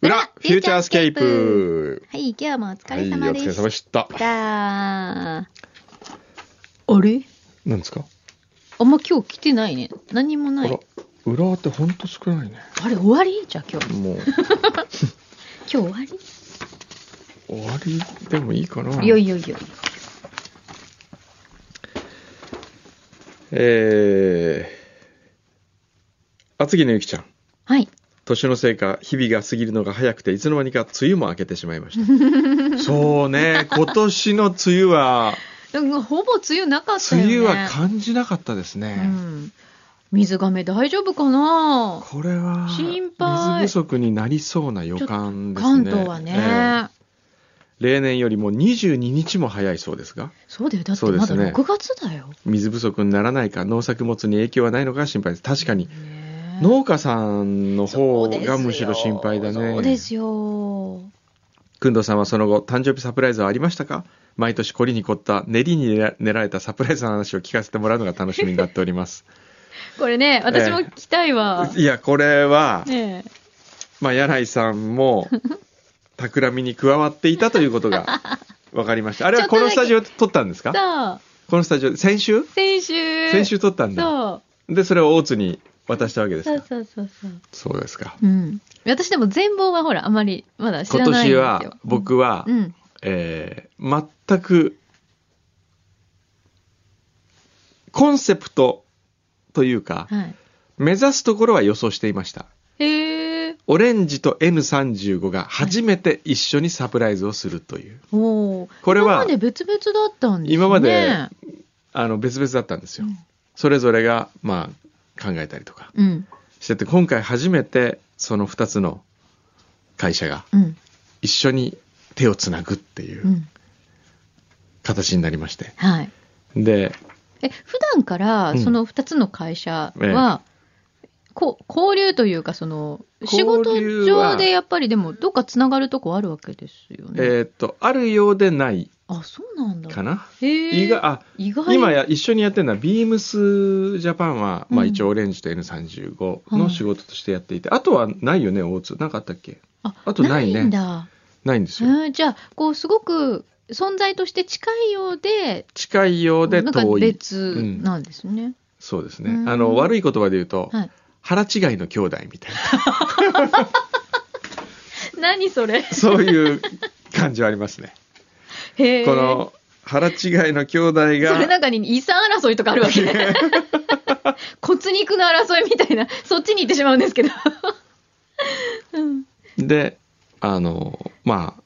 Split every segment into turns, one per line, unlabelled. フューチャースケープ
はい、今日もお疲
はい、
れ
お
様
疲
で
れ
し
様でした。
た。あれ
なんですか
あんま今日来てないね。何も
あ
な
ら
い。、
裏側ってほんと少ないね。
あれ、終わりじゃあ今日。
もう、
今日終わ
終わりでもいいかな。
りいやいやいや。
えー、厚木のゆきちゃん。
はい。
年のせいか、日々が過ぎるのが早くて、いつの間にか梅雨も明けてしまいま した。そうね、今年の梅雨は、
でもほぼ梅雨なかったよ
梅
ね。
雨は感じなかったです
う
ね。
ん。水亀大丈夫かな
これは、
心配
水不足になりそうな予感ですね。
関東はね、
ええ例年よりも22日も早いそうですが
そうだよ。だって
そうで
ますだ
ね
6月だよ。
水不足にならないか農作物に影響はないのか心配です確かに
ね
農家さんの方
そうです
が
よ
むしろ心配だ
そうで
ね
すよ。
工藤さんはその後誕生日サプライズはありましたか毎年凝りに凝った練りに練ら練られたサプライズの話を聞かせてもらうのが楽しみになっております
これね、私も来たいわ。
いやこれは、
ねえ
まあ、柳井さんも 企みに加わっていたということが分かりましたあれはこのスタジオで撮ったんですか
さあ、
このスタジオで先週
先週。
先週撮ったんだ
そ
で、それを大津に渡したわけ
う。
です
そう
か。
そうそうそう。
そうですか。
うん。私でも全貌はほら、あまりまだ知
今
らないん
年
ですよ。
は、僕は、
うん。
えー全く、コンセプトというか、
はい。
目指すところは予想していました。
へえ。
オレンジと N35 が初めて一緒にサプライズをするという。
おお。
これは
今まで別々だったんですね。
今まであの、別々だったんですよ。それぞれが、まあ、考えたりとか
うん。
してて、今回初めて、その2つの会社が
うん。。
一緒に手をつなぐっていううん形になりまして、
はい。
で
え、普段から、
うん
その二つの会社は、こう交流というか、その、仕事
交流は
上でやっぱりでも、どっかつながるとこあるわけですよ
え
ね。
ーっとあるようでない
あ、そうなんだ。
かな、
へえ。
意外あ
意外
今や一緒にやってるのはビームスジャパンは、まあ、
うん
一応オレンジと N35
は
の
い
仕事としてやっていて、あとはないよね大津なんかあったっけ
あ
あとないね
んだ。
ないんですよ、
うん、じゃあ、こう、すごく存在として近いようで、
近いようで
なんか
遠い
別なんですね。
そうですね、
うん
あの悪い言葉で言うと、
はい。
腹違いの兄弟みたいな
何それ
そういう感じはありますね、
へえ。
この腹違いの兄弟
それ
が
中に遺産争いとかある わけ骨肉の争いみたいな、そっちに行ってしまうんですけ ど。うん。
であのまあ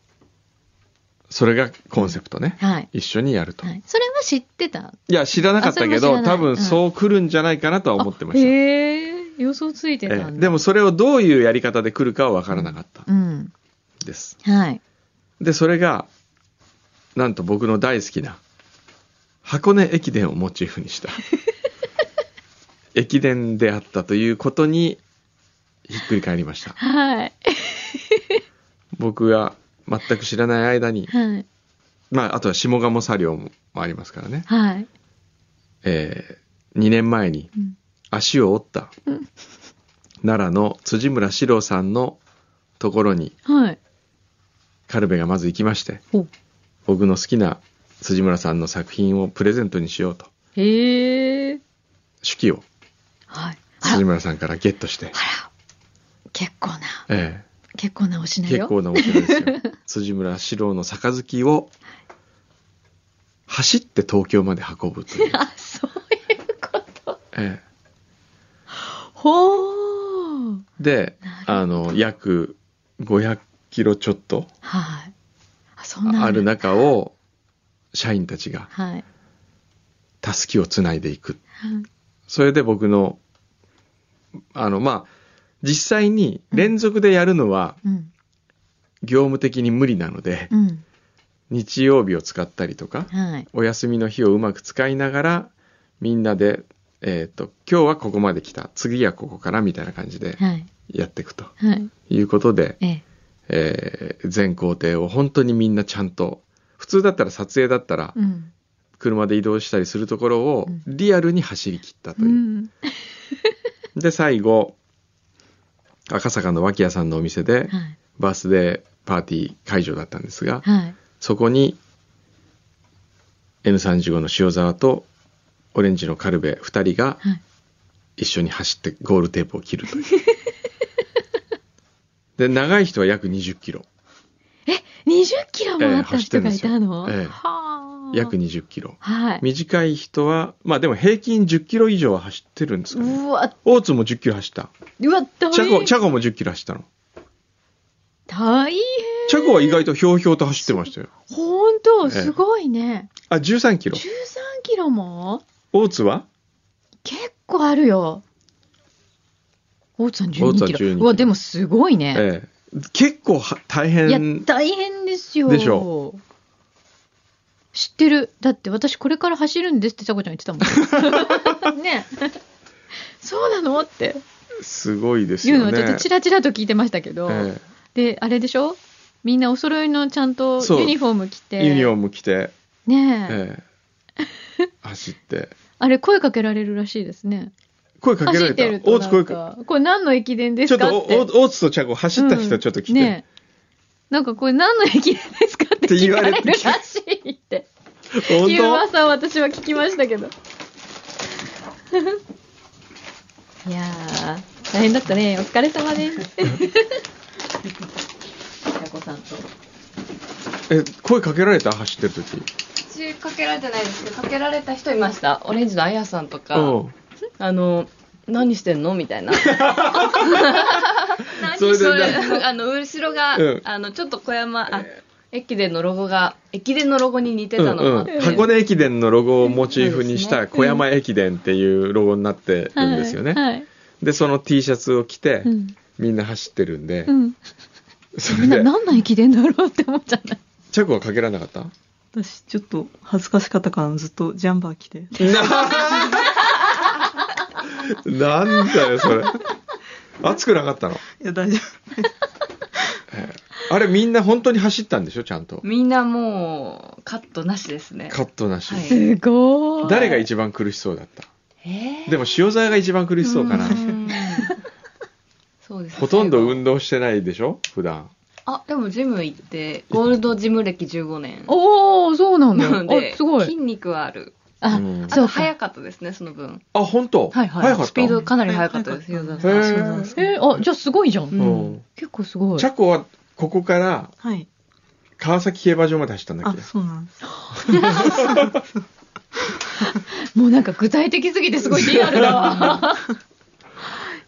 それがコンセプトね、
はい。
一緒にやると、、
はいい、それは知ってた。
や知らなかったけ
あそれ
ど
も知らない
多分そう来るんじゃないかなとは思ってました、え
へえ、予想ついてた
え
んだ。
でもそれをどういうやり方で来るかは分からなかった
うん。
です
はい。
でそれがなんと僕の大好きな箱根駅伝をモチーフにした 駅伝であったということにひっくり返りました
はい。
僕が全く知らない間に
はい。
まああとは下鴨作業もありますからね
はい。
え2年前に
うん
足を折った
うん
奈良の辻村史郎さんのところに
はい。
カルベがまず行きまして
お
僕の好きな辻村さんの作品をプレゼントにしようと
へえ。
手記を
はい。あ
辻
ら、
村さんからゲットして、
あら結構な、
え
結構なお
え
品
結
よ。、
構なお世話ですよ辻村史郎の杯を走って東京まで運ぶという
あ、そういうこと。
ええ
ほう。
で
なるほど
あの約500キロちょっと
はい。あ、そんなんだ
ある。中を社員たちが
はい。
たすきをつないでいく
はい
それで僕のあのまあ実際に連続でやるのは
うん。
業務的に無理なので、
うん。
日曜日を使ったりとか
はい。
お休みの日をうまく使いながらみんなで、えっと今日はここまで来た次はここからみたいな感じで
はい。
やっていくと
はい。
いうことで、
ええ。
えー全工程を本当にみんなちゃんと普通だったら撮影だったら
うん。
車で移動したりするところを
うん
リアルに走り切ったとい
う
う。
ん。
で最後赤坂の脇屋さんのお店で
はい。
バースデーパーティー会場だったんですが、
はい。
そこに N35 の塩沢とオレンジのカルベ2人が
はい。
一緒に走ってゴールテープを切るというで長い人は約2 0キロ
20キロもあった人がいたの、
ええ走ってんですよええ
はあ。
約2 0キロ
はい。
短い人はまあでも平均1 0キロ以上は走ってるんですかね
うわ、
大津も1 0キロ走った
うわ、大
チャコ
変。
チャコも1 0キロ走ったの
大変。
チャコは意外とひょうひょうと走ってましたよ
ほんと、
ええ
すごいね。
あ1 3キロ
13キロも
大津は
結構あるよ。大津さん
大津さ
12
ん12
キロ。
キロ
うわ、でもすごいね。
ええ結構は大
いや、
変
大変ですよ。
でしょ
知ってる。だって私これから走るんですってちゃこちゃん言ってたもん。 ねえそうなのって
すごいです
いうの
よ
をちょっ
ね
とちらちらと聞いてましたけど。
え
で、あれでしょみんなお揃いのちゃんと
そう
ユニフォーム着て。
えユニフォーム着て、
ねえ、
ええ走って
あれ声かけられるらしいですね。
声かけら
走
れ
って
た
ると
大
な
津
ん
声か
か、これ何の駅伝で
ちょ
す
っ
か
と
って。
おお大津とチャコ走った人ちょっと来て、
うんねえなんかこれ何の駅伝ですかって
って
聞
言
か
わ
れ
れて
るらしいって。
本
いう
当
噂を私は聞きましたけど。 いやー、大変だったね。お疲れ様です。やこさんと。
え声かけられた走ってる時
私かけられてないですけどかけられた人いましたオレンジのあやさんとか、
うん
あの何してんのみたいな何
そ
そ
れ
れ
で
あの後ろが、
うん
あのちょっと小山あ駅伝のロゴが駅伝のロゴに似てたの
う
も
ん
あって、
うん、箱根駅伝のロゴをモチーフにし
そう
た
ですね
小山駅伝っていうロゴになってるんですよね、
はい。はい
でその T シャツを着て、
うん。
みんな走ってるんで、
うん。
そ
み
れ
んな
で
何の駅伝だろうって思っちゃった。
チャコはかけられなかった
私ちょっと恥ずかしかったからずっとジャンバー着て
ななんだよそれ熱くなかったの、
いや大丈
えーあれみんな本当に走ったんでしょちゃんと
みんなもうカットなしですね
カットなし、
はい
すごーい。
誰が一番苦しそうだった
えー
でも塩沢が一番苦しそうかな
うんそうですね
ほとんど運動してないでしょ普段
あでもジム行ってゴールドジム歴15年
おー、そうな
な
の
ので
あ、すご
筋
い。
肉はある
あ、
うん
あと
そうか。
早かったですねその分
あ本当
はいはい。
早かった
スピードかなり速かったですよ、
はい
ヨ
へ
ザワさん
ー
えーあ、じゃあすごいじゃん。
うん
うん
結構すごい
チ。ャコはここから
夫はい
川崎競馬場まで走ったんだ
あ
っけ
そうなんです
もうなんか具体的すぎてすごいリアルだわ。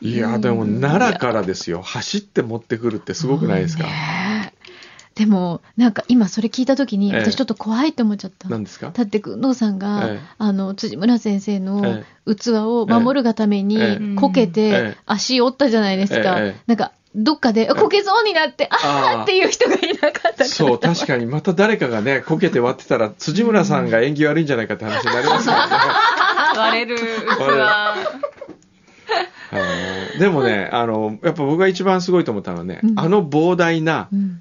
いやでも奈良からですよ走って持ってくるってすごくないですか、
ねえ でもなんか今それ聞いた時に
ええ
私ちょっと怖いって思っちゃった。
なんですか
だって工藤さんが、
ええ
あの辻村先生の
え
器を守るがために、
え
え
こけ
え
て
え
足折ったじゃないですか、
ええ
なんかどっかでこけそうになって、あ
あ
ー
ー
っていう人がいなかったから
そう確かにまた誰かがねこけて割ってたら辻村さんが縁起悪いんじゃないかって話になりますから ね
割れる器。
あのでもね、あの、やっぱ僕が一番すごいと思ったのはね、
うん
あの膨大な
うん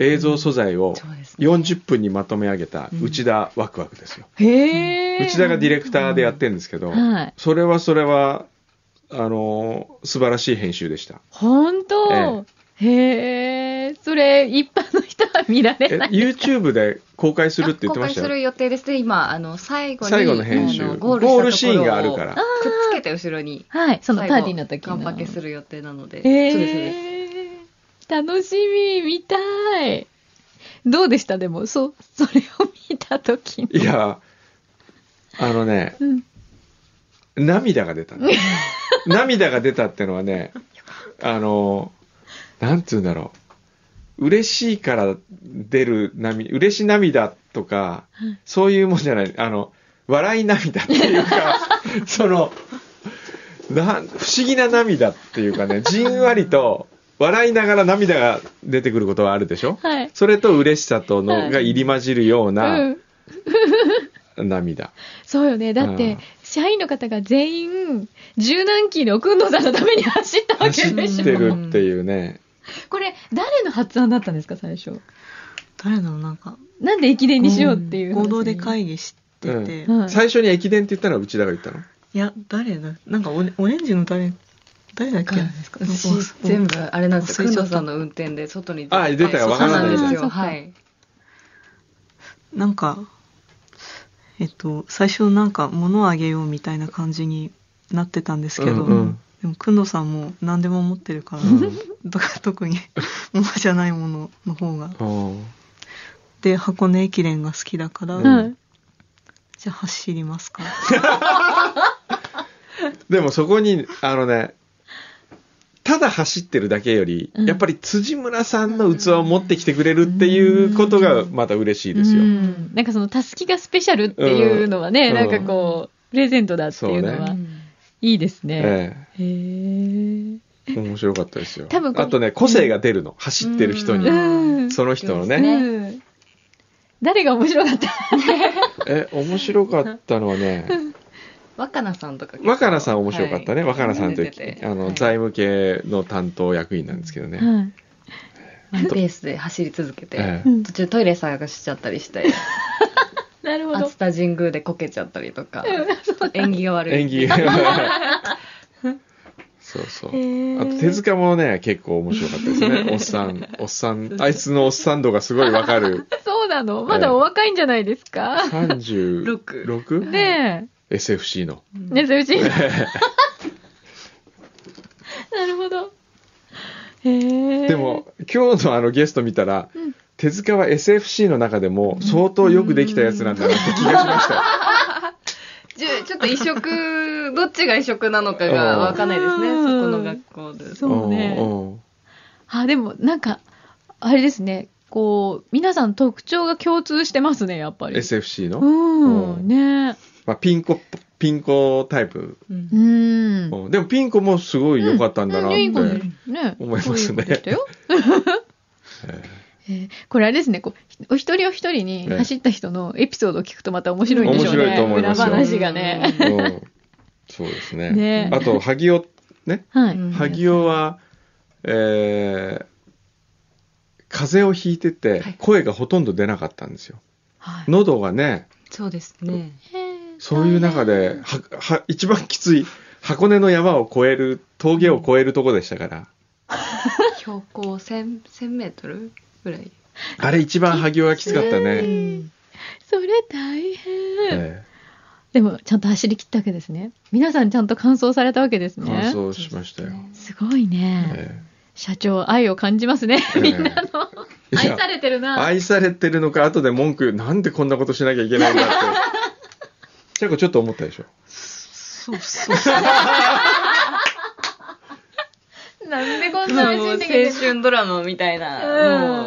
映像素材を
そうですね
40分にまとめ上げた
うん
内田ワクワクですよ。
へえ
内田がディレクターでやってるんですけど、
はい
それはそれは、あの、素晴らしい編集でした。
本当、へえそれ一般の人は見られ
え、
ない
YouTube で公開するって言ってまし
公
た
開す
よ。
る予定ですで、今、あの、最後に、
最後の編集
あの
ゴ
ゴ
ー
ー
ル
ル。
シーンがあるからら
くっつけて後ろに、
はいその
最
パ
後
ーティーの時の
頑張けする予定なので。
え
そうです、そうです。
え楽しみ、見たい。どうでしたでも、そ、それを見たとき に。
いやあのね
うん。
涙が出た 涙が出たってのはねあのなんて言うんだろう嬉しいから出る涙嬉し涙とかそういうもんじゃないあの笑い涙っていう かそのな不思議な涙っていうかねじんわりと笑いながら涙が出てくることはあるでしょ
はい。
それと嬉しさとのが入り混じるよう
う。
なん涙、
そうよね。だっ
う
て
ん、
社員の方が全員、十何キロ、くんのさんのために走ったわけ
走っ
でしょ。
てるっていうね、
これ、誰の発案だったんですか、最初。
誰だろうなんか
なんで駅伝にしようっていう話に。
合同で会議してて、
うん
最初に駅伝って言ったのは内田が言ったの
いや誰だなんかオレオレンジの誰誰だっけ
私全部あれなんですよ
忘れ
工
ちゃった
藤さんの運転で外に
あ出たよ
そうなんです
わ
よ
から
は
ない
い
なんか、えっと、最初なんか物あげようみたいな感じになってたんですけど、
うんうん
でも、くんどさんも何でも持ってるから、
うん
とか特に物じゃないものの方が。
うん
で、箱根駅伝が好きだから、
う
はい。
じゃあ走りますか。
でもそこにあのねただ走ってるだけより、
うん
やっぱり辻村さんの器を持ってきてくれるっていうことがまた嬉しいですよ、
うんなんかその、たすきがスペシャルっていうのはね、
うん
なんかこう、プレゼントだっていうの
そう
は
ね、
いいですね。
え
へえ。
え面白かったですよ
多分これ
あとね個性が出るの走ってる人
う
に、
うん。
その人のね
そうですね
うん誰が面白かった
え面白かったのはね
若菜さんとか
若菜さん面白かったね、若菜さんとい
出
う
てて
あの、
はい
財務系の担当役員なんですけどね、
はい
マイペースで走り続けて
ええ
うん
途中トイレ探しちゃったりして
なるほど
熱。田神宮でこけちゃったりとかちょっと縁起が悪い
演 技 がそうそうあと手塚もね結構面白かったですねおっさ んおっさんあいつのおっさん度がすごいわかる
そうなのまだお若いんじゃないですか、
六
36?SFC
ね
の
え。ねずうち。なるほど。へえ。
でも今日のあのゲスト見たら、
うん
手塚は SFC の中でも相当よくできたやつなんだなって気がしましたよ
じゅちょっと異色どっちが異色なのかがわかんないですね
うん
そこの学校で
そうね
んうん
あ、でもなんか、あれですね。こう、皆さん特徴が共通してますね、やっぱり。
SFC の、
うん、ね
まあ、ピンコピンコタイプ、
うん
うん。
うんでもピンコもすごい良かったんだなって、
いい子ですね。
思いますね
そういうことでした よ。
え
えーこれあれですね、こうお一人お一人に
ええ
走った人のエピソードを聞くとまた面白いんでしょう
面
ね。
白いと思いますよ
裏話がね。
ーうんそうですね
ね
あと萩尾ね
はい。
うん
萩尾は、えー風邪をひいてて
はい
声がほとんど出なかったんですよ、
はい
喉がね
そうですね
そういう中ではは一番きつい箱根の山を越える峠を越えるとこでしたから
標高1000 1000メートルぐらい
あれ一番萩尾がきつかった
う
ね、
んそれ大変、
え
でもちゃんと走り切ったわけですね皆さんちゃんと完走されたわけです
え
ね
完走しましたよ、
すごいね、
え
社長愛を感じますね、
え
みんなの
えい
愛
や
されてるな
愛されてるのか後で文句なんでこんなことしなきゃいけないんだ ってちゃこちょっと思ったでしょ
そうそう。
なんでこんな愛
も
さ
う青
れてる
春ドラマみたいな、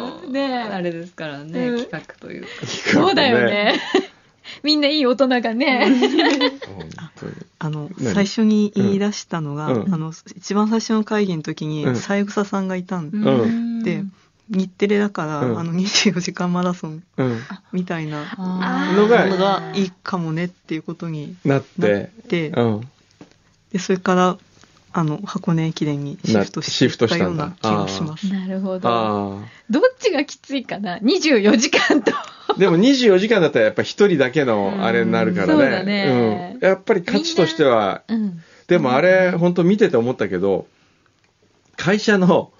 うん
もう
ねえ
あれですからね、
うん
企画というか
そうだよね みんないい大人がね
本当に
あの、
何
最初に言い出したのが、
うん
あの、一番最初の会議の時に、
うん
三枝さんがいたんで、
う
日テレだから、
うん
あの、24時間マラソン
うん
みたいな
あー
のが
のがいいかもねっていうことに
なっ、
なってて、
うん、
で、それから、あの、箱根駅伝にシフトして
なシフトした
よ
ん
う
だ
な気がします。
なるほど
あ
どっちがきついかな24時間と
あでも24時間だったらやっぱ一人だけのあれになるからね
うんそうだね
うんやっぱり価値としては
うん
でもあれ本当見てて思ったけど会社の、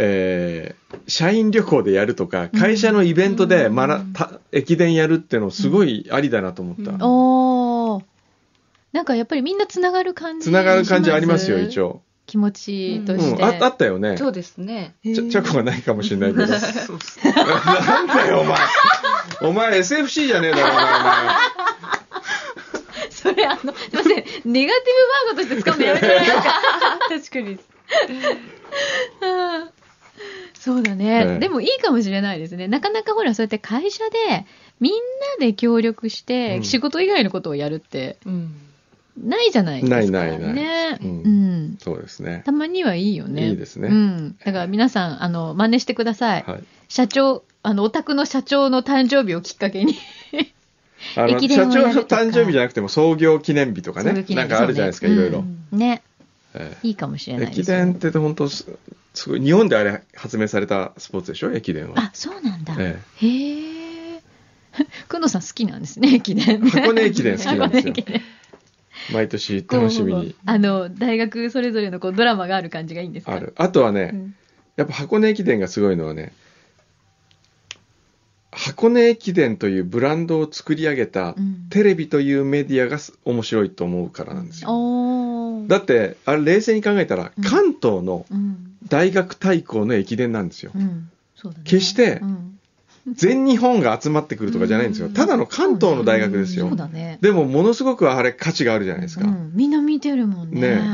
えー社員旅行でやるとか会社のイベントでマラ、た駅伝やるっていうのすごいありだなと思った、
うん
おーなんかやっぱりみんなつながる感じ
つながる感じありますよ
し
一応、
気持ちと
う
して、
ん、ああったよね
そうですね
ちゃちゃこがないかもしれないけ ど
そうそう
なんだよ、お前。お前 SFC じゃねえだろ、お前。
それあのすいませんネガティブワードとして使うのやめてないですか確かにあー そうだね、
ええ
でもいいかもしれないですねなかなかほらそうやって会社でみんなで協力し
う
て
ん
仕事以外のことをやるって
うん
ないじゃないですか、ね、
ないないないうん
うん
そうですね。
たまにはいいよね
いいですね
うん、だから皆さんあの真似してください、
はい。
社長あのお宅の社長の誕生日をきっかけに
あの、
駅
社
伝をや
長
ると
の
か
誕生日じゃなくても創業記念日とか
創
ね
業。記
な
念
ん
日
かあるじゃないですか、いろいろ。
うんね
え
いいかもし
え
れないで
駅
すよ
伝って本当す、すごい、日本であれ発明されたスポーツでしょ、駅伝は。
あそうなんだ、
え
へえ くのさん好きなんですね駅伝
箱根駅伝好きなんですよ
箱根駅伝
毎年楽しみに
あの、大学それぞれのこうドラマがある感じがいいんですか
あ。るあとはね、
うん
やっぱ箱根駅伝がすごいのはね箱根駅伝というブランドを作り上げた
うん
テレビというメディアがす面白いと思うからなんですよ、
おー
だってあれ冷静に考えたら
うん
関東の
うん。
大学対抗の駅伝なんですよ、
うん。そうだね。
決して
うん
全日本が集まってくるとかじゃないんですよ、
うん
ただの関東の大学ですよ、
そうだね。
でもものすごくあれ価値があるじゃないですか、
うん、みんな見てるもんね。
ね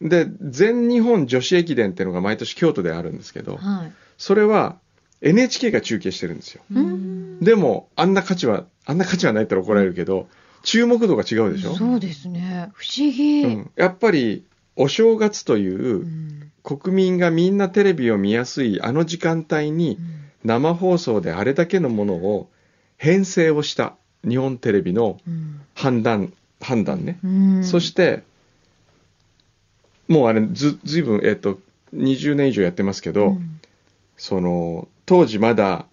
で全日本女子駅伝っていうのが毎年京都であるんですけど
はい。
それは NHK が中継してるんですよ
うん
でもあんな価値はあんな価値はないったら怒られるけど注目度が違うでしょ、
そうですね。不思議。
うんやっぱりお正月と
う
いうん国民がみんなテレビを見やすいあの時間帯に生放送であれだけのものを編成をした日本テレビの
うん
判断判断ね、
うん
そしてもうあれずずいぶん、えっと20年以上やってますけど、
うん
その当時まだ、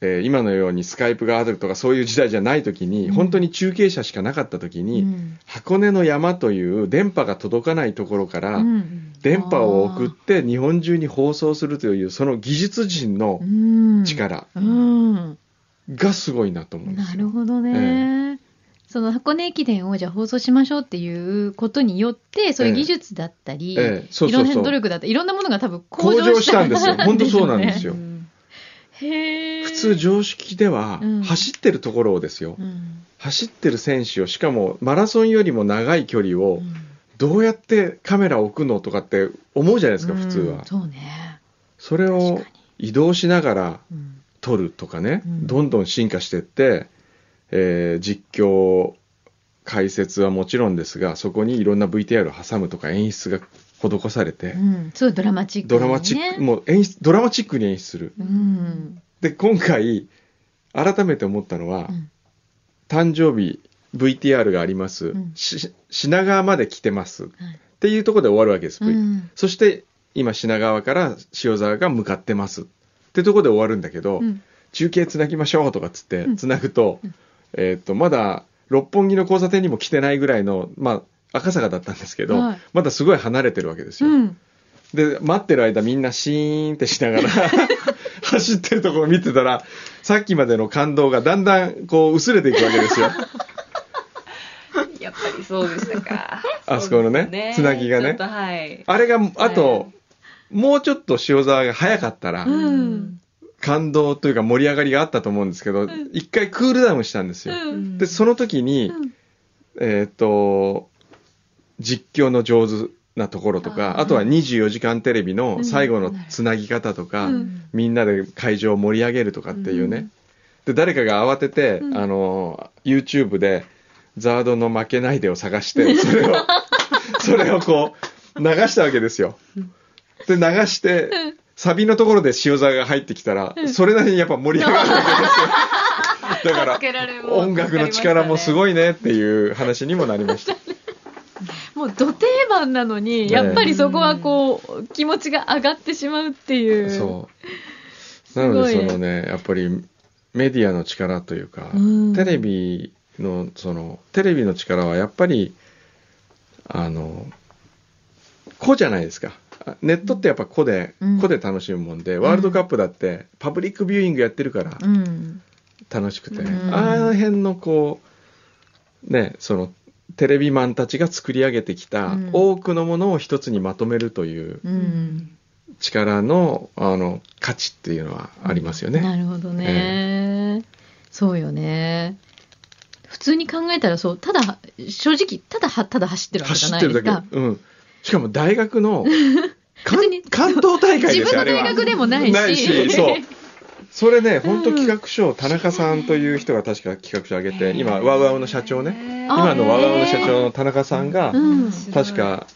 えー今のようにスカイプがあるとかそういう時代じゃない時に、
うん
本当に中継車しかなかった時に、
うん
箱根の山という電波が届かないところから、
うん
電波を送って日本中に放送するというその技術人の
うん
力
うん
がすごいなと思うんで
な
すよ。
るほどね。その箱根駅伝をじゃあ放送しましょうっていうことによって、そういう技術だったり、
ええそう
い
そ
ろ
うん
な
そ
努
う
力だったり、いろんなものが多分向
向上
上
し
したた
んですよ本当そうなんですよ
うんへえ。
普通常識では、
うん
走ってるところをですよ、
うん
走ってる選手をしかもマラソンよりも長い距離をどうやってカメラを置くのとかって思うじゃないですか、普通
うん
は
そうね。
それを
確か
移動しながら
うん
撮るとかね、
うん
どんどん進化していって、えー実況解説はもちろんですがそこにいろんな VTR を挟むとか演出が施されて、
うん、そうドラマチック
ド
にね、
ラマチック、もう演出ドラマチックに演出する
うん
で今回改めて思ったのは、
うん
誕生日 VTR があります、
うん
し品川まで来てますっ
はい
ていうところで終わるわけです、
う
V
ん
そして今品川から塩沢が向かってますってとこで終わるんだけど、
うん
中継つなぎましょうとかっつって
うん
つなぐと,、
うん
えーっとまだ六本木の交差点にも来てないぐらいの、まあ、赤坂だったんですけど、
はい
まだすごい離れてるわけですよ、
うん
で待ってる間みんなシーンってしな がら走ってるところ見てたらさっきまでの感動がだんだんこう薄れていくわけですよ
やっぱりそうでしたか。
あそこのね
うです
つなぎがね
ちょっとはい。
あれがあと、もうちょっと塩沢が早かったら、
うん
感動というか盛り上がりがあったと思うんですけど、一回クールダウンしたんですよ。
うん
で、その時に、
うん
えーっと、実況の上手なところと
あ
か、
ー
あとは24時間テレビの最後のつなぎ方とか、
うん
みんなで会場を盛り上げるとかっていうね。で、誰かが慌てて、
うん
あの、YouTube で、ザードの負けないでを探して、それを、それをこう、流したわけですよ。で、流して、サビのところで塩沢が入ってきたら、それなりにやっぱ盛り上がるわけですよ。だから
助けられ、も
音楽の力もすごいねっていう話にもなりました。
もうど定番なのに、
ね
やっぱりそこはこう気持ちが上がってしまうっていう
そう。
す
な
ごい
ので、そのね、やっぱりメディアの力というか、
うん
テレビの、その、テレビの力はやっぱり、あの、個じゃないですか。あネットってやっぱ個で、
うん
個で楽しむもんで、ワールドカップだってパブリックビューイングやってるから
う、ん
楽しくて、
うん
あの辺のこうねそのテレビマンたちが作り上げてきた
うん
多くのものを一つにまとめるという
うん
力のあの価値っていうのはありますよ
な
ね。
るほどね、そうよね普通に考えたらそうただ正直ただはただ走ってるわけじゃ
走っ
ない
て
で
る
す
だ
か
け、うん、しかも大学 の関
別に
関東大会
自
です
分
よあ
の
れ
大
は。
学でもないし
ないし そうそれね本当企画書を田中さんという人が確か企画書を上げて今ワウワウの社長ね
あ
今のワウワウの社長の田中さんが
うん
確か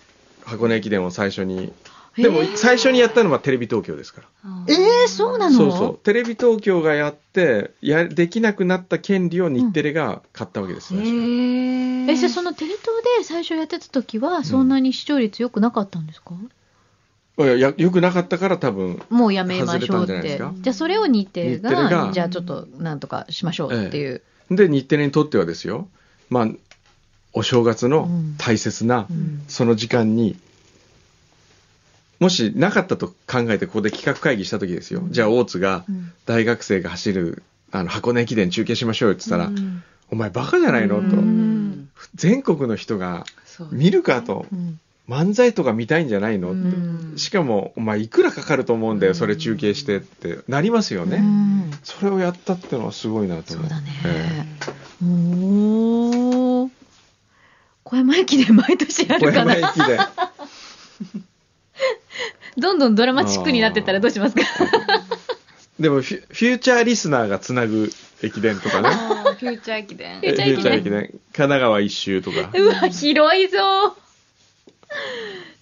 箱根駅伝を最初にでも最初にやったのはテレビ東京ですから。
えー、そうなの
そうそう。テレビ東京がやって、や、できなくなった権利を日テレが買ったわけですよ。確か
え
え
じゃあそのテレ東で最初やってた時はそんなに視聴率良くなかったんですか、
いや、よくなかったから多分、
もうやめましょう
外
っ
れたんじゃないで
て
すか
じゃあそれを日テレが
日テレが
じゃあちょっとなんとかしましょうっていう、
で、日テレにとってはですよ。まあ、お正月の
うん
大切な
うん
その時間にもしなかったと考えてここで企画会議した時ですよ、じゃあ大津が
うん
大学生が走るあの箱根駅伝中継しましょうよって言ったら、
うん
お前バカじゃないのと、
うん
うん
全国の人が
そう
見るかと、
うん
漫才とか見たいんじゃないの、
うん
しかもお前いくらかかると思うんだよそれ中継してってなりますよね、
うん
それをやったってのはすごいなと
そ
思
うだね、
え
おー
小山駅で毎年あ
え小
るか
山
な。
駅 で
どんどんドラマチックになってったらどうしますか。
でもフュフューチャーリスナーがつなぐ駅伝とかね
あーフューチャー駅伝
フューチャー
え
駅伝
神奈川一周と か、え
うわ、広いぞ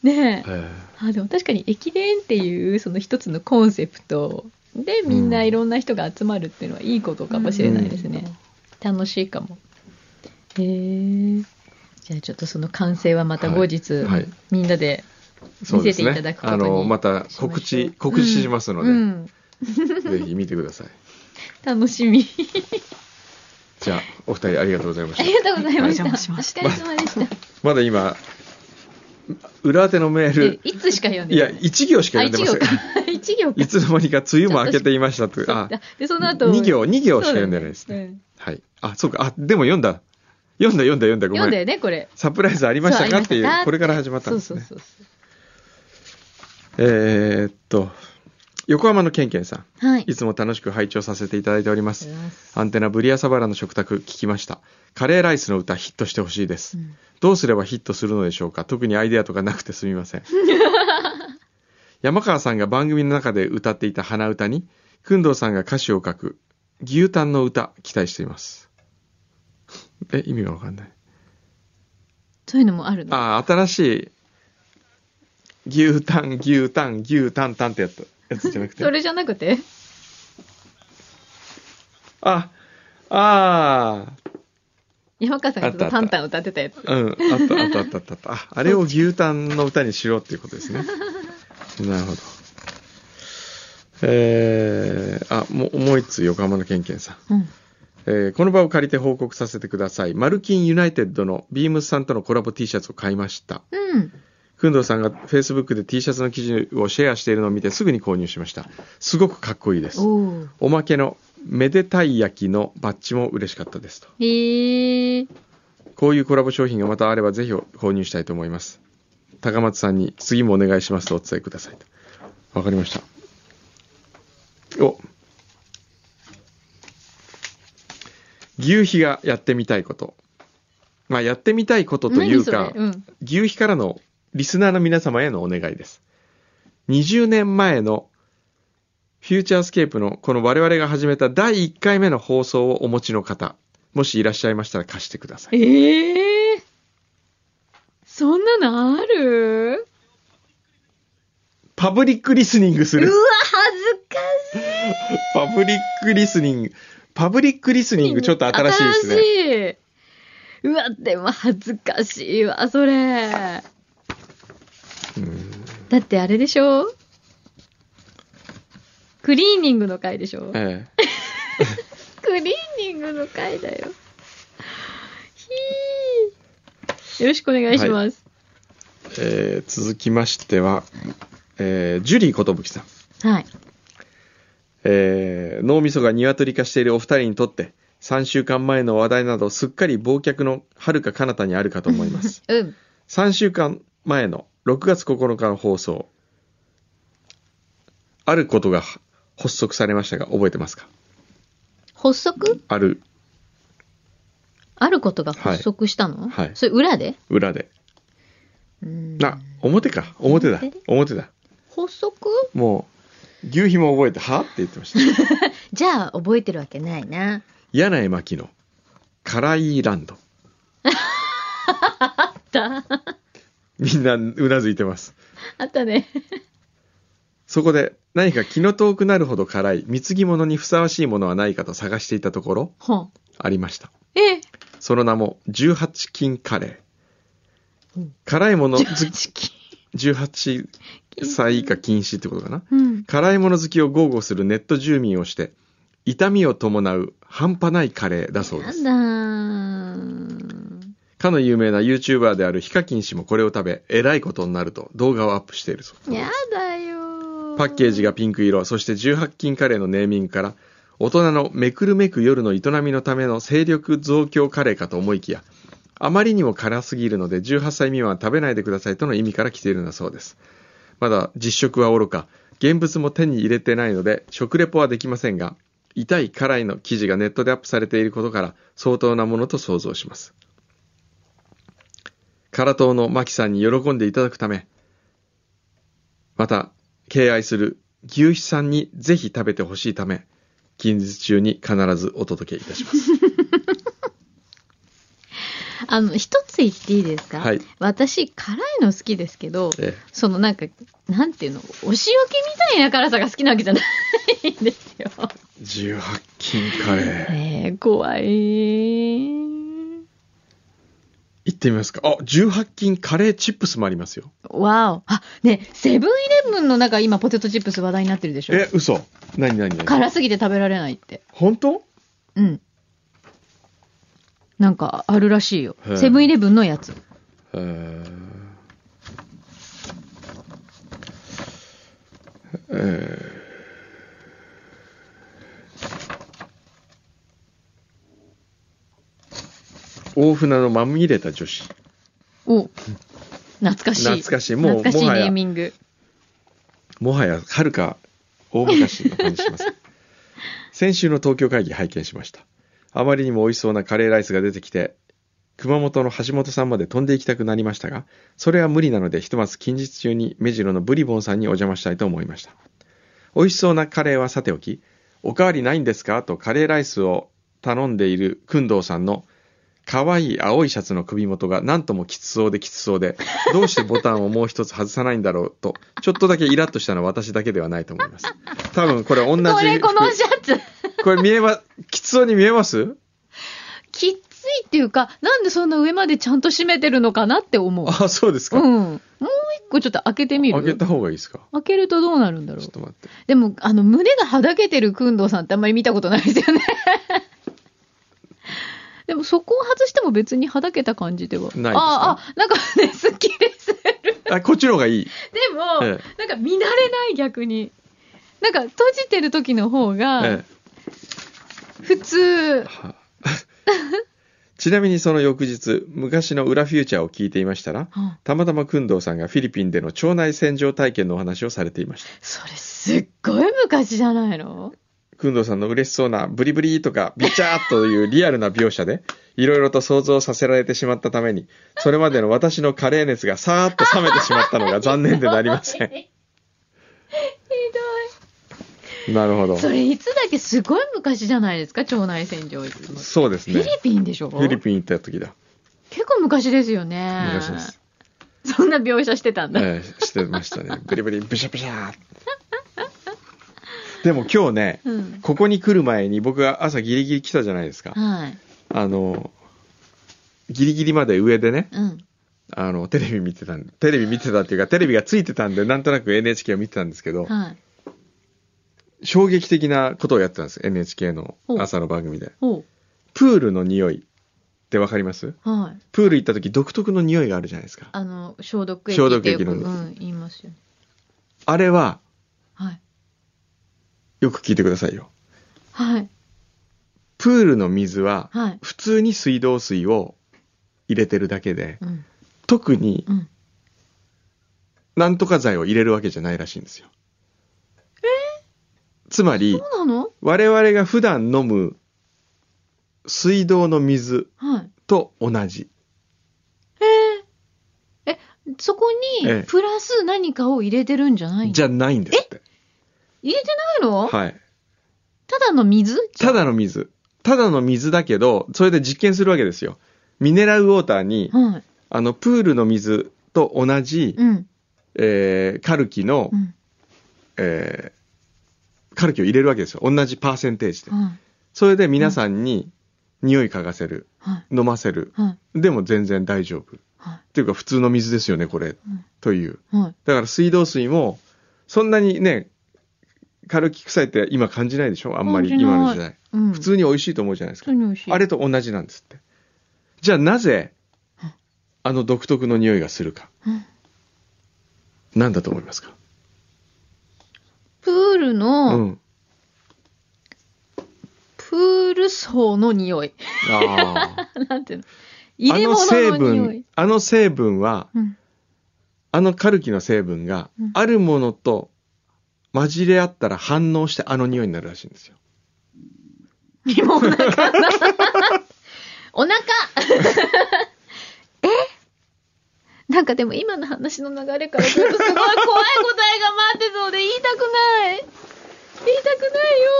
ねえ。
え
あ、でも確かに駅伝っていう、その一つのコンセプトで、みんないろんな人が集まるっていうのはいいことかもしれないですね。楽しいかも。へえ。じゃあちょっとその完成はまた後日、
はいはい
みんなで
そう
見
です
せて
ね
いただくこと
あ
に
のまた
しましょう
告知告知しますので、
うん、
ぜひ見てください
楽しみ。
じゃあお二人ありがとうございまし
あ
た
りがとうございました。
お邪魔しまし
お疲れ様でした。
まだ今裏当てのメー
で
ル
いつしか読んで
いや
ない
1行しか
あ
読んで
一
ませ
行
ん
か。一行か。
いつの間にか梅雨も明けていましたと。
あ
あ、
で、その後。
2行、2行しか
そ
読
うだよ
ん
ね
でないですね。はい。あ、そうか。あ、でも読んだ。読んだ、読んだ、読んだ。
う
ご
ん読んだ
めん。
よね、これ。
サプライズありました
そう
かっ
ありました
てい
か
う、これから始まったん
そう
です
そう
ね。
そうそ
えーっと、横浜のケンケンさん。
う。はい。
いつも楽しく拝聴させていただいておりま
あり
す
がとう。ございます
アンテナブリアサバラの食卓聞きました。カレーライスの歌ヒットしてほしいです。
うん
どうすればヒットするのでしょうか特にアイデアとかなくてすみません。山川さんが番組の中で歌っていた鼻歌に、工藤さんが歌詞を書く牛タンの歌期待しています。え、意味がわかんない。
そういうのもあるの。
ああ、新しい牛タン、牛タン、牛タンタンってやつやつじゃ なくて。
それじゃなくて
あ、ああ。
山川さんがちょっ
あ
と
ったあ
タ
った
ンタン歌ってたやつ。
うん、あったあったあったあったあった。ああれを牛タンの歌にしろっていうことですね。なるほど。えー、あ、もう、もう一通、横浜のケンケンさん。
うん。
えーこの場を借りて報告させてください。マルキンユナイテッドのビームスさんとのコラボ T シャツを買いました。
うん。
くんどうさんが Facebook で T シャツの記事をシェアしているのを見てすぐに購入しました。すごくかっこいいです。
おー
おまけのめでたい焼きのバッジも嬉しかったですと。
へえ。
こういうコラボ商品がまたあればぜひ購入したいと思います。高松さんに次もお願いしますとお伝えくださいと。わかりました。お牛皮がやってみたいこと。まあやってみたいことというか
何、それうん
牛皮からのリスナーの皆様へのお願いです。20年前のフューチャースケープのこの我々が始めた第1回目の放送をお持ちの方、もしいらっしゃいましたら貸してください。
ええ。そんなのある
パブリックリスニングす
うわ
る。、
恥ずかしい。
パブリックリスニング。パブリックリスニング、ちょっと新しいですね。
ね。うわ、でも恥ずかしいわ、それ。だってあれでしょクリーニングの回でしょ
え
クリーニングの回だよ。ひーよろしくお願いします。
ええー続きましては、えージュリーことぶきさん。
はい。
えー脳みそが鶏化しているお二人にとって、3週間前の話題など、すっかり忘却の遥か彼方にあるかと思います。
うん。
3週間前の6月9日の放送、あることが発足されましたが、覚えてますか
発足
ある
あることが発足したの、
はいはい
それ裏で
裏で。
うん
な、表か。表だ
表で。
表だ。
発足
もう、牛皮も覚えて、はって言ってま した。
じゃあ覚えてるわけないな。
柳井真紀の、カライランド。
だ
みんな、うなずいてます。
あったね。
そこで、何か気の遠くなるほど辛い、貢ぎ物にふさわしいものはないかと探していたところ、
ほん。
ありました。
え、
その名も、18金カレ
う
ー
ん。
辛いもの好き、
18金。
18歳以下禁止ってことかな。
うん。
辛いもの好きを豪語するネット住民をして、痛みを伴う半端ないカレーだそうです。
なんだー
かの有名な YouTuber であるヒカキン氏もこれを食べ、えらいことになると動画をアップしているそう。
やだよ
パッケージ
が
がピンク色、そして18金カレーのネーミングから、大人のめくるめく夜の営みのための勢力増強カレーかと思いきや、あまりにも辛すぎるので18歳未満は食べないでくださいとの意味から来ているんだそうです。まだ実食はおろか、現物も手に入れてないので食レポはできませんが、痛い辛いの記事がネットでアップされていることから相当なものと想像します。辛党のマキさんに喜んでいただくため、また敬愛する牛肥さんにぜひ食べてほしいため近日中に必ずお届けいたします
あの一つ言っていいですか、
はい
私辛いの好きですけど
ええ
そのなんかなんていうのお仕置きみたいな辛さが好きなわけじゃないんですよ
18金カレー
えー、怖い
行ってみますかあ18金カレーチップスもありますよ
わおあねセブンイレブンの中今ポテトチップス話題になってるでしょ
え嘘何何何
辛すぎて食べられないって
本当
うんなんかあるらしいよ
へえ
セブンイレブンのやつ
えーえー大船のまみれた女子
お懐かしい
懐かしいもう
懐かしい
もはや
ネーミング
もはやはるか大昔の感じします先週の東京会議拝見しましたあまりにも美味しそうなカレーライスが出てきて熊本の橋本さんまで飛んでいきたくなりましたがそれは無理なのでひとまず近日中に目白のブリボンさんにお邪魔したいと思いました美味しそうなカレーはさておきおかわりないんですかとカレーライスを頼んでいる工藤さんの可愛い青いシャツの首元が何ともきつそうできつそうで、どうしてボタンをもう一つ外さないんだろうと、ちょっとだけイラッとしたのは私だけではないと思います。多分これ同じ服。
これこのシャツ
これ見えま、きつそうに見えます
きっついっていうかなんでそんな上までちゃんと閉めてるのかなって思う
あ、そうですか。
うんもう一個ちょっと開けてみる
開けた方がいいですか。
開けるとどうなるんだろ
ちょ
う
っと待って。
でもあの胸がはだけてる工藤さんってあんまり見たことないですよ ねでもそこを外しても別にはだけた感じでは
ないですか
ああなんかねすっきりする
あ、こっちの方がいい。
でも、
え
なんか見慣れない逆に。なんか閉じてる時の方が
え
普通、
えは ちなみにその翌日、昔の裏フューチャーを聞いていましたら、
あ
たまたま工藤さんがフィリピンでの腸内洗浄体験のお話をされていました。
それすっごい昔じゃないの
くんどうさんの嬉しそうなブリブリとかビチャーというリアルな描写で、いろいろと想像させられてしまったために、それまでの私のカレー熱がさーっと冷めてしまったのが残念でなりません。
ひ
なるほ
ど
ど
い。そ。れいつだっけすごい昔じゃないですか腸内洗浄術も
そうです
フィ
ね
リ。ピンでしょ
フィリピン行った時 だ。
結構昔ですよね
昔です。
そんな描写してたんだ、
ええしてましたね。ブリブリ、ブシャブシ ャー。でも今日ね、
うん
ここに来る前に僕が朝ギリギリ来たじゃないですか。
はい
あの、ギリギリまで上でね、
うん
あの、テレビ見てたんテレビ見てたっていうか、テレビがついてたんで、なんとなく NHK を見てたんですけど、
はい
衝撃的なことをやってたんです、NHK の
ほう
朝の番組で。
ほ
プールの匂いってわかります
うはい
プール行った時独特の匂いがあるじゃないですか。
あの消毒液
消
っ
毒
てよ
液
く、
の
うん、言いますよね
あれは、
はい
よく聞いてくださいよ。
はい
プールの水は、
はい
普通に水道水を入れてるだけで、
うん
特に
うん
なんとか剤を入れるわけじゃないらしいんですよ。つまり、
そうなの
我々が普段飲む水道の水
はい
と同じ。
そこ
ええ
にプラス何かを入れてるんじゃないの
じゃないんですって。
入れてないの、
はい。
ただの水
ただの水。ただの水だけど、それで実験するわけですよ。ミネラルウォーターに、
はい
あの、プールの水と同じ、
うん
えー、カルキの
う、ん
えー、カルキを入れるわけですよ。同じパーセンテージで。
はい
それで皆さんに、匂い嗅がせる。
はい
飲ませる。
はい
でも全然大丈夫。っ
は
ていうか、普通の水ですよね、これ。
うん
という。
いはい
だから水道水も、そんなにね、カルキ臭いって今感じないでしょあんまり
感じない
今の時代。
うん
普通に美味しいと思うじゃないです
普
か
通。に美味しい
あれと同じなんですって。じゃあなぜ、あの独特の匂いがするか
うん
何だと思いますか
プール
う
の、
ん
プール層の匂い。
ああ
なんていうの入
あ
れ
の成
物の匂
分
い。
あの成分は
うん。
あのカルキの成分が
うん
あるものと混じり合ったら反応してあの匂いになるらしいんですよ
今お腹がお 腹えなんかでも今の話の流れからするとすごい怖い答えが待ってそうで言いたくない言いたくないよ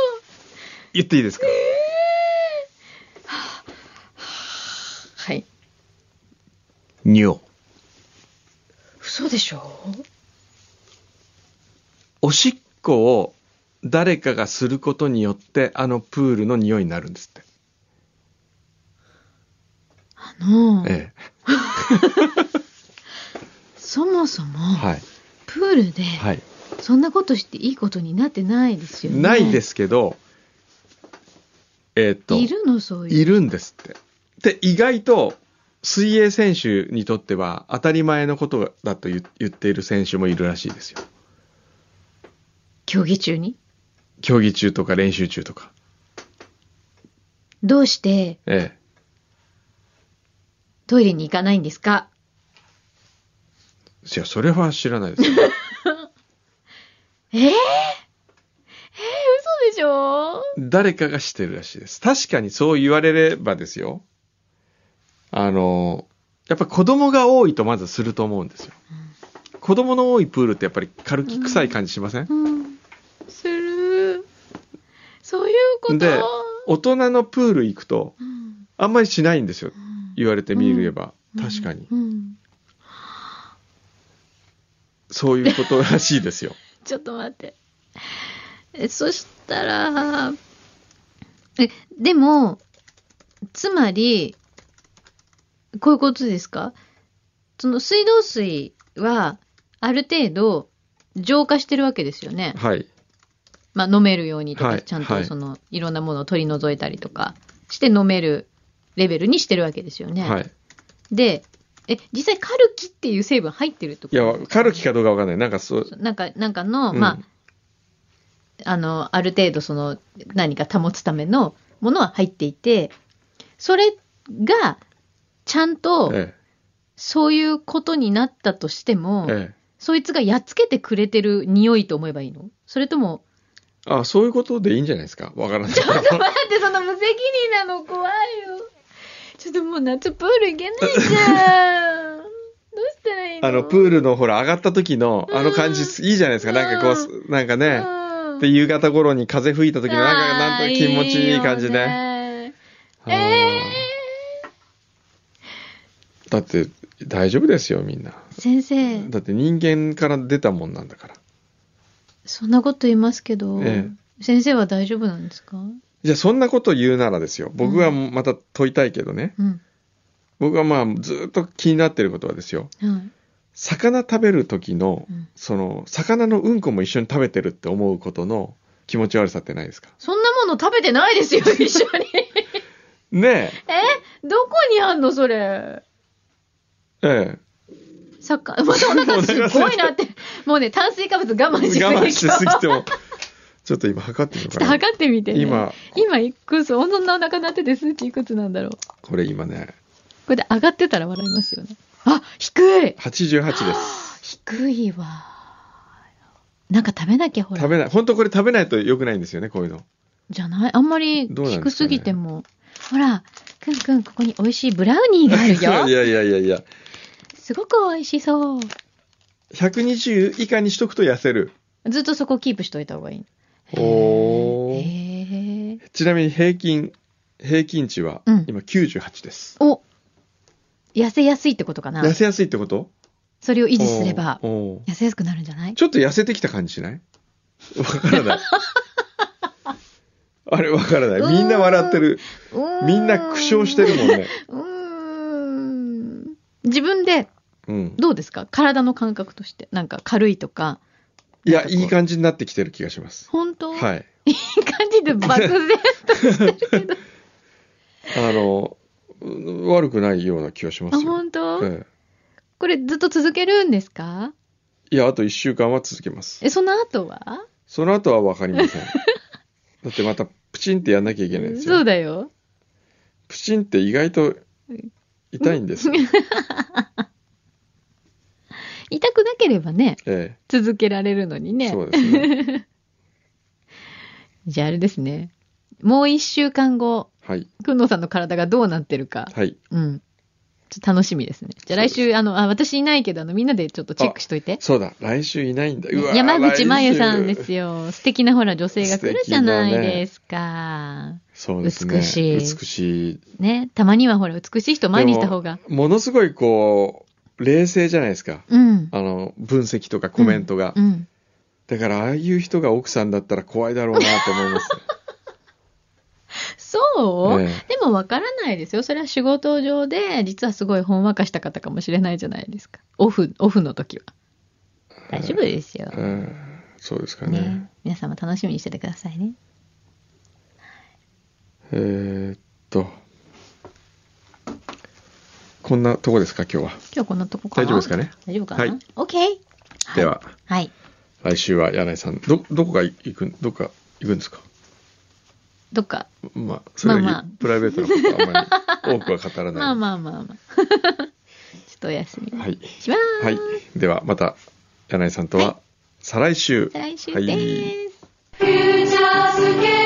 言っていいですか
はい
尿
嘘でしょ
おしっこを誰かがすることによってあのプールの匂いになるんですって
あの、
ええ
そもそも、
はい
プールで、
はい
そんなことしていいことになってないですよね
ないですすけどえーっと
いるのそういう
いるんですってで意外と水泳選手にとっては当たり前のことだと言言っている選手もいるらしいですよ
競技中に
競技中とか練習中とか
どうして
ええ
トイレに行かないんですか
いやそれは知らないです よ
えー、えー、嘘でしょ
誰かがしてるらしいです確かにそう言われればですよあのやっぱ子供が多いとまずすると思うんですよ子供の多いプールってやっぱり軽き臭い感じしません、
うん。する。そういうこと
で大人のプール行くと
うん
あんまりしないんですよ言われてみれば、
うん
確かに
うん
そういうことらしいですよ
ちょっと待って。え、そしたら、え、でも、つまり、こういうことですかその水道水は、ある程度、浄化してるわけですよね。
はい
まあ、飲めるようにとか、
はい
ちゃん
は
と
い
その、いろんなものを取り除いたりとかして飲めるレベルにしてるわけですよね。
はい
で、え、実際カルキっていう成分入ってるってこ
い
と
やカルキかどうかわかんないなんかそう、
なんか、なんかの、
うん
まあ、あの、ある程度その、何か保つためのものは入っていて、それが、ちゃんと、
え
そういうことになったとして
え
も、
ええ
そいつがやっつけてくれてる匂いと思えばいいのそれ とも、
あそういうことでいいんじゃないですかわ からない
待って、その無責任なの怖いよ。ちょっともう夏プール行けないじゃん。どうしたらいいの
あのプールのほら上がった時のあの感じいいじゃないですかなんかこうなんかね
うん
で夕方頃に風吹いた時のなんかなんとか気持ちいい感じで、
あーいいよね
あーだって大丈夫ですよみんな
先生、
だって人間から出たもんなんだから
そんなこと言いますけど、
え
先生は大丈夫なんですか
じゃあそんなこと言うならですよ僕はまた問いたいけどね、
うん。
僕はまあずっと気になってることはですよ
はい。
魚食べる時の、
うん
その魚のうんこも一緒に食べてるって思うことの気持ち悪さってないですか
そんなもの食べてな いですよ、一緒に。
ね
どこにあんの、それ。
ええ
サッ カー、またお腹すっごいなって。もうね、炭水化物我慢しす
え
ぎ
我慢してすぎて
ちょ
もちょっと今測ってみよう
っと
かな
測ってみて、ね。
今
今いくつ、そんなお腹なってて数値いくつなんだろう。こ
これ今ね
れで上がってたら笑いますよね。あ、低い
88です
低いわ。なんか食べなきゃほら
食。べない本当これ食べないと良くないんですよねこういうの
じゃないあんまり
どうなんですかね
低すぎても。ほら、くんくん、ここに美味しいブラウニーが あ
いや
る
い
よ。
やいやいやいや
すごく美味しそう。
120以下にしとくと痩せる
ずっとそこキープしといた方がいい。
おー
へえ。
ちなみに平均平均値は
うん
今98です、
お痩せやすいってことかな
痩せやすいってこと
それを維持すれば、
おーおー
痩せやすくなるんじゃない
ちょっと痩せてきた感じしないわから ない。あれわからない。みんな笑ってる。みんな苦笑してるもんね。
うーん。自分で、
うん。
どうですか体の感覚として。なんか軽いとか。
いや
な、んかこう
いい感じになってきてる気がします。
本当、、
はいい。
い感じで漠然
あの、うん悪くないような気がしま
あ、
すよ。
本当、
ええ
これずっと続けるんですか
いや、あと1週間は続けます。
え、その後は
その後は分かり ません。だってまたプチンってやんなきゃいけないんです
そう
よ。
だよ。
プチンって意外と痛いんですよ。
痛くなければね、
え
続けられるのに
え、
ね。
そうですね。
じゃああれですね。もう一週間後、
はい。
くんのさんの体がどうなってるか。
はい。
うん。ちょっと楽しみですね。じゃあ来
そう
週、あの、あ、私いないけど、あの、みんなでちょっとチェックしといて。
そうだ、来週いないんだ。うわー
山口真由さんで。
来
す
週
よ。素敵なほら女性が来るじゃない
素敵だね
ですか。
そうですね。
美しい
美しい。
ねたまにはほら美しい人前にした方が。
ものすごいこう、冷静じゃないですか。
うん。
あの、分析とかコメントが。
うん。
だから、ああいう人が奥さんだったら怖いだろうなと思い ます。
そう、
え
でもわからないですよ。それは仕事上で、実はすごいほんわかした方かもしれないじゃないですか。オフ、オフの時は。大丈夫ですよ。
えうんそうですかね。
ね、皆様楽しみにしててくださいね。
えーっと。こんなとこですか、今日は。
今日こんなとこかな
大丈夫ですかね
大丈夫かな、
はい
?OK!
では、
はい。
来週は柳井さん、ど、どこか行く、どこか行くんですか
どっか、
まあ、それは、
まあまあ
プライベートのことはあまり多くは語らない。
まあまあまあま あ。ちょっとお休み
はい。
します。
はい。では、また、柳井さんとは、再来週。
再来週
は
で
い
す。
フューチャースケープ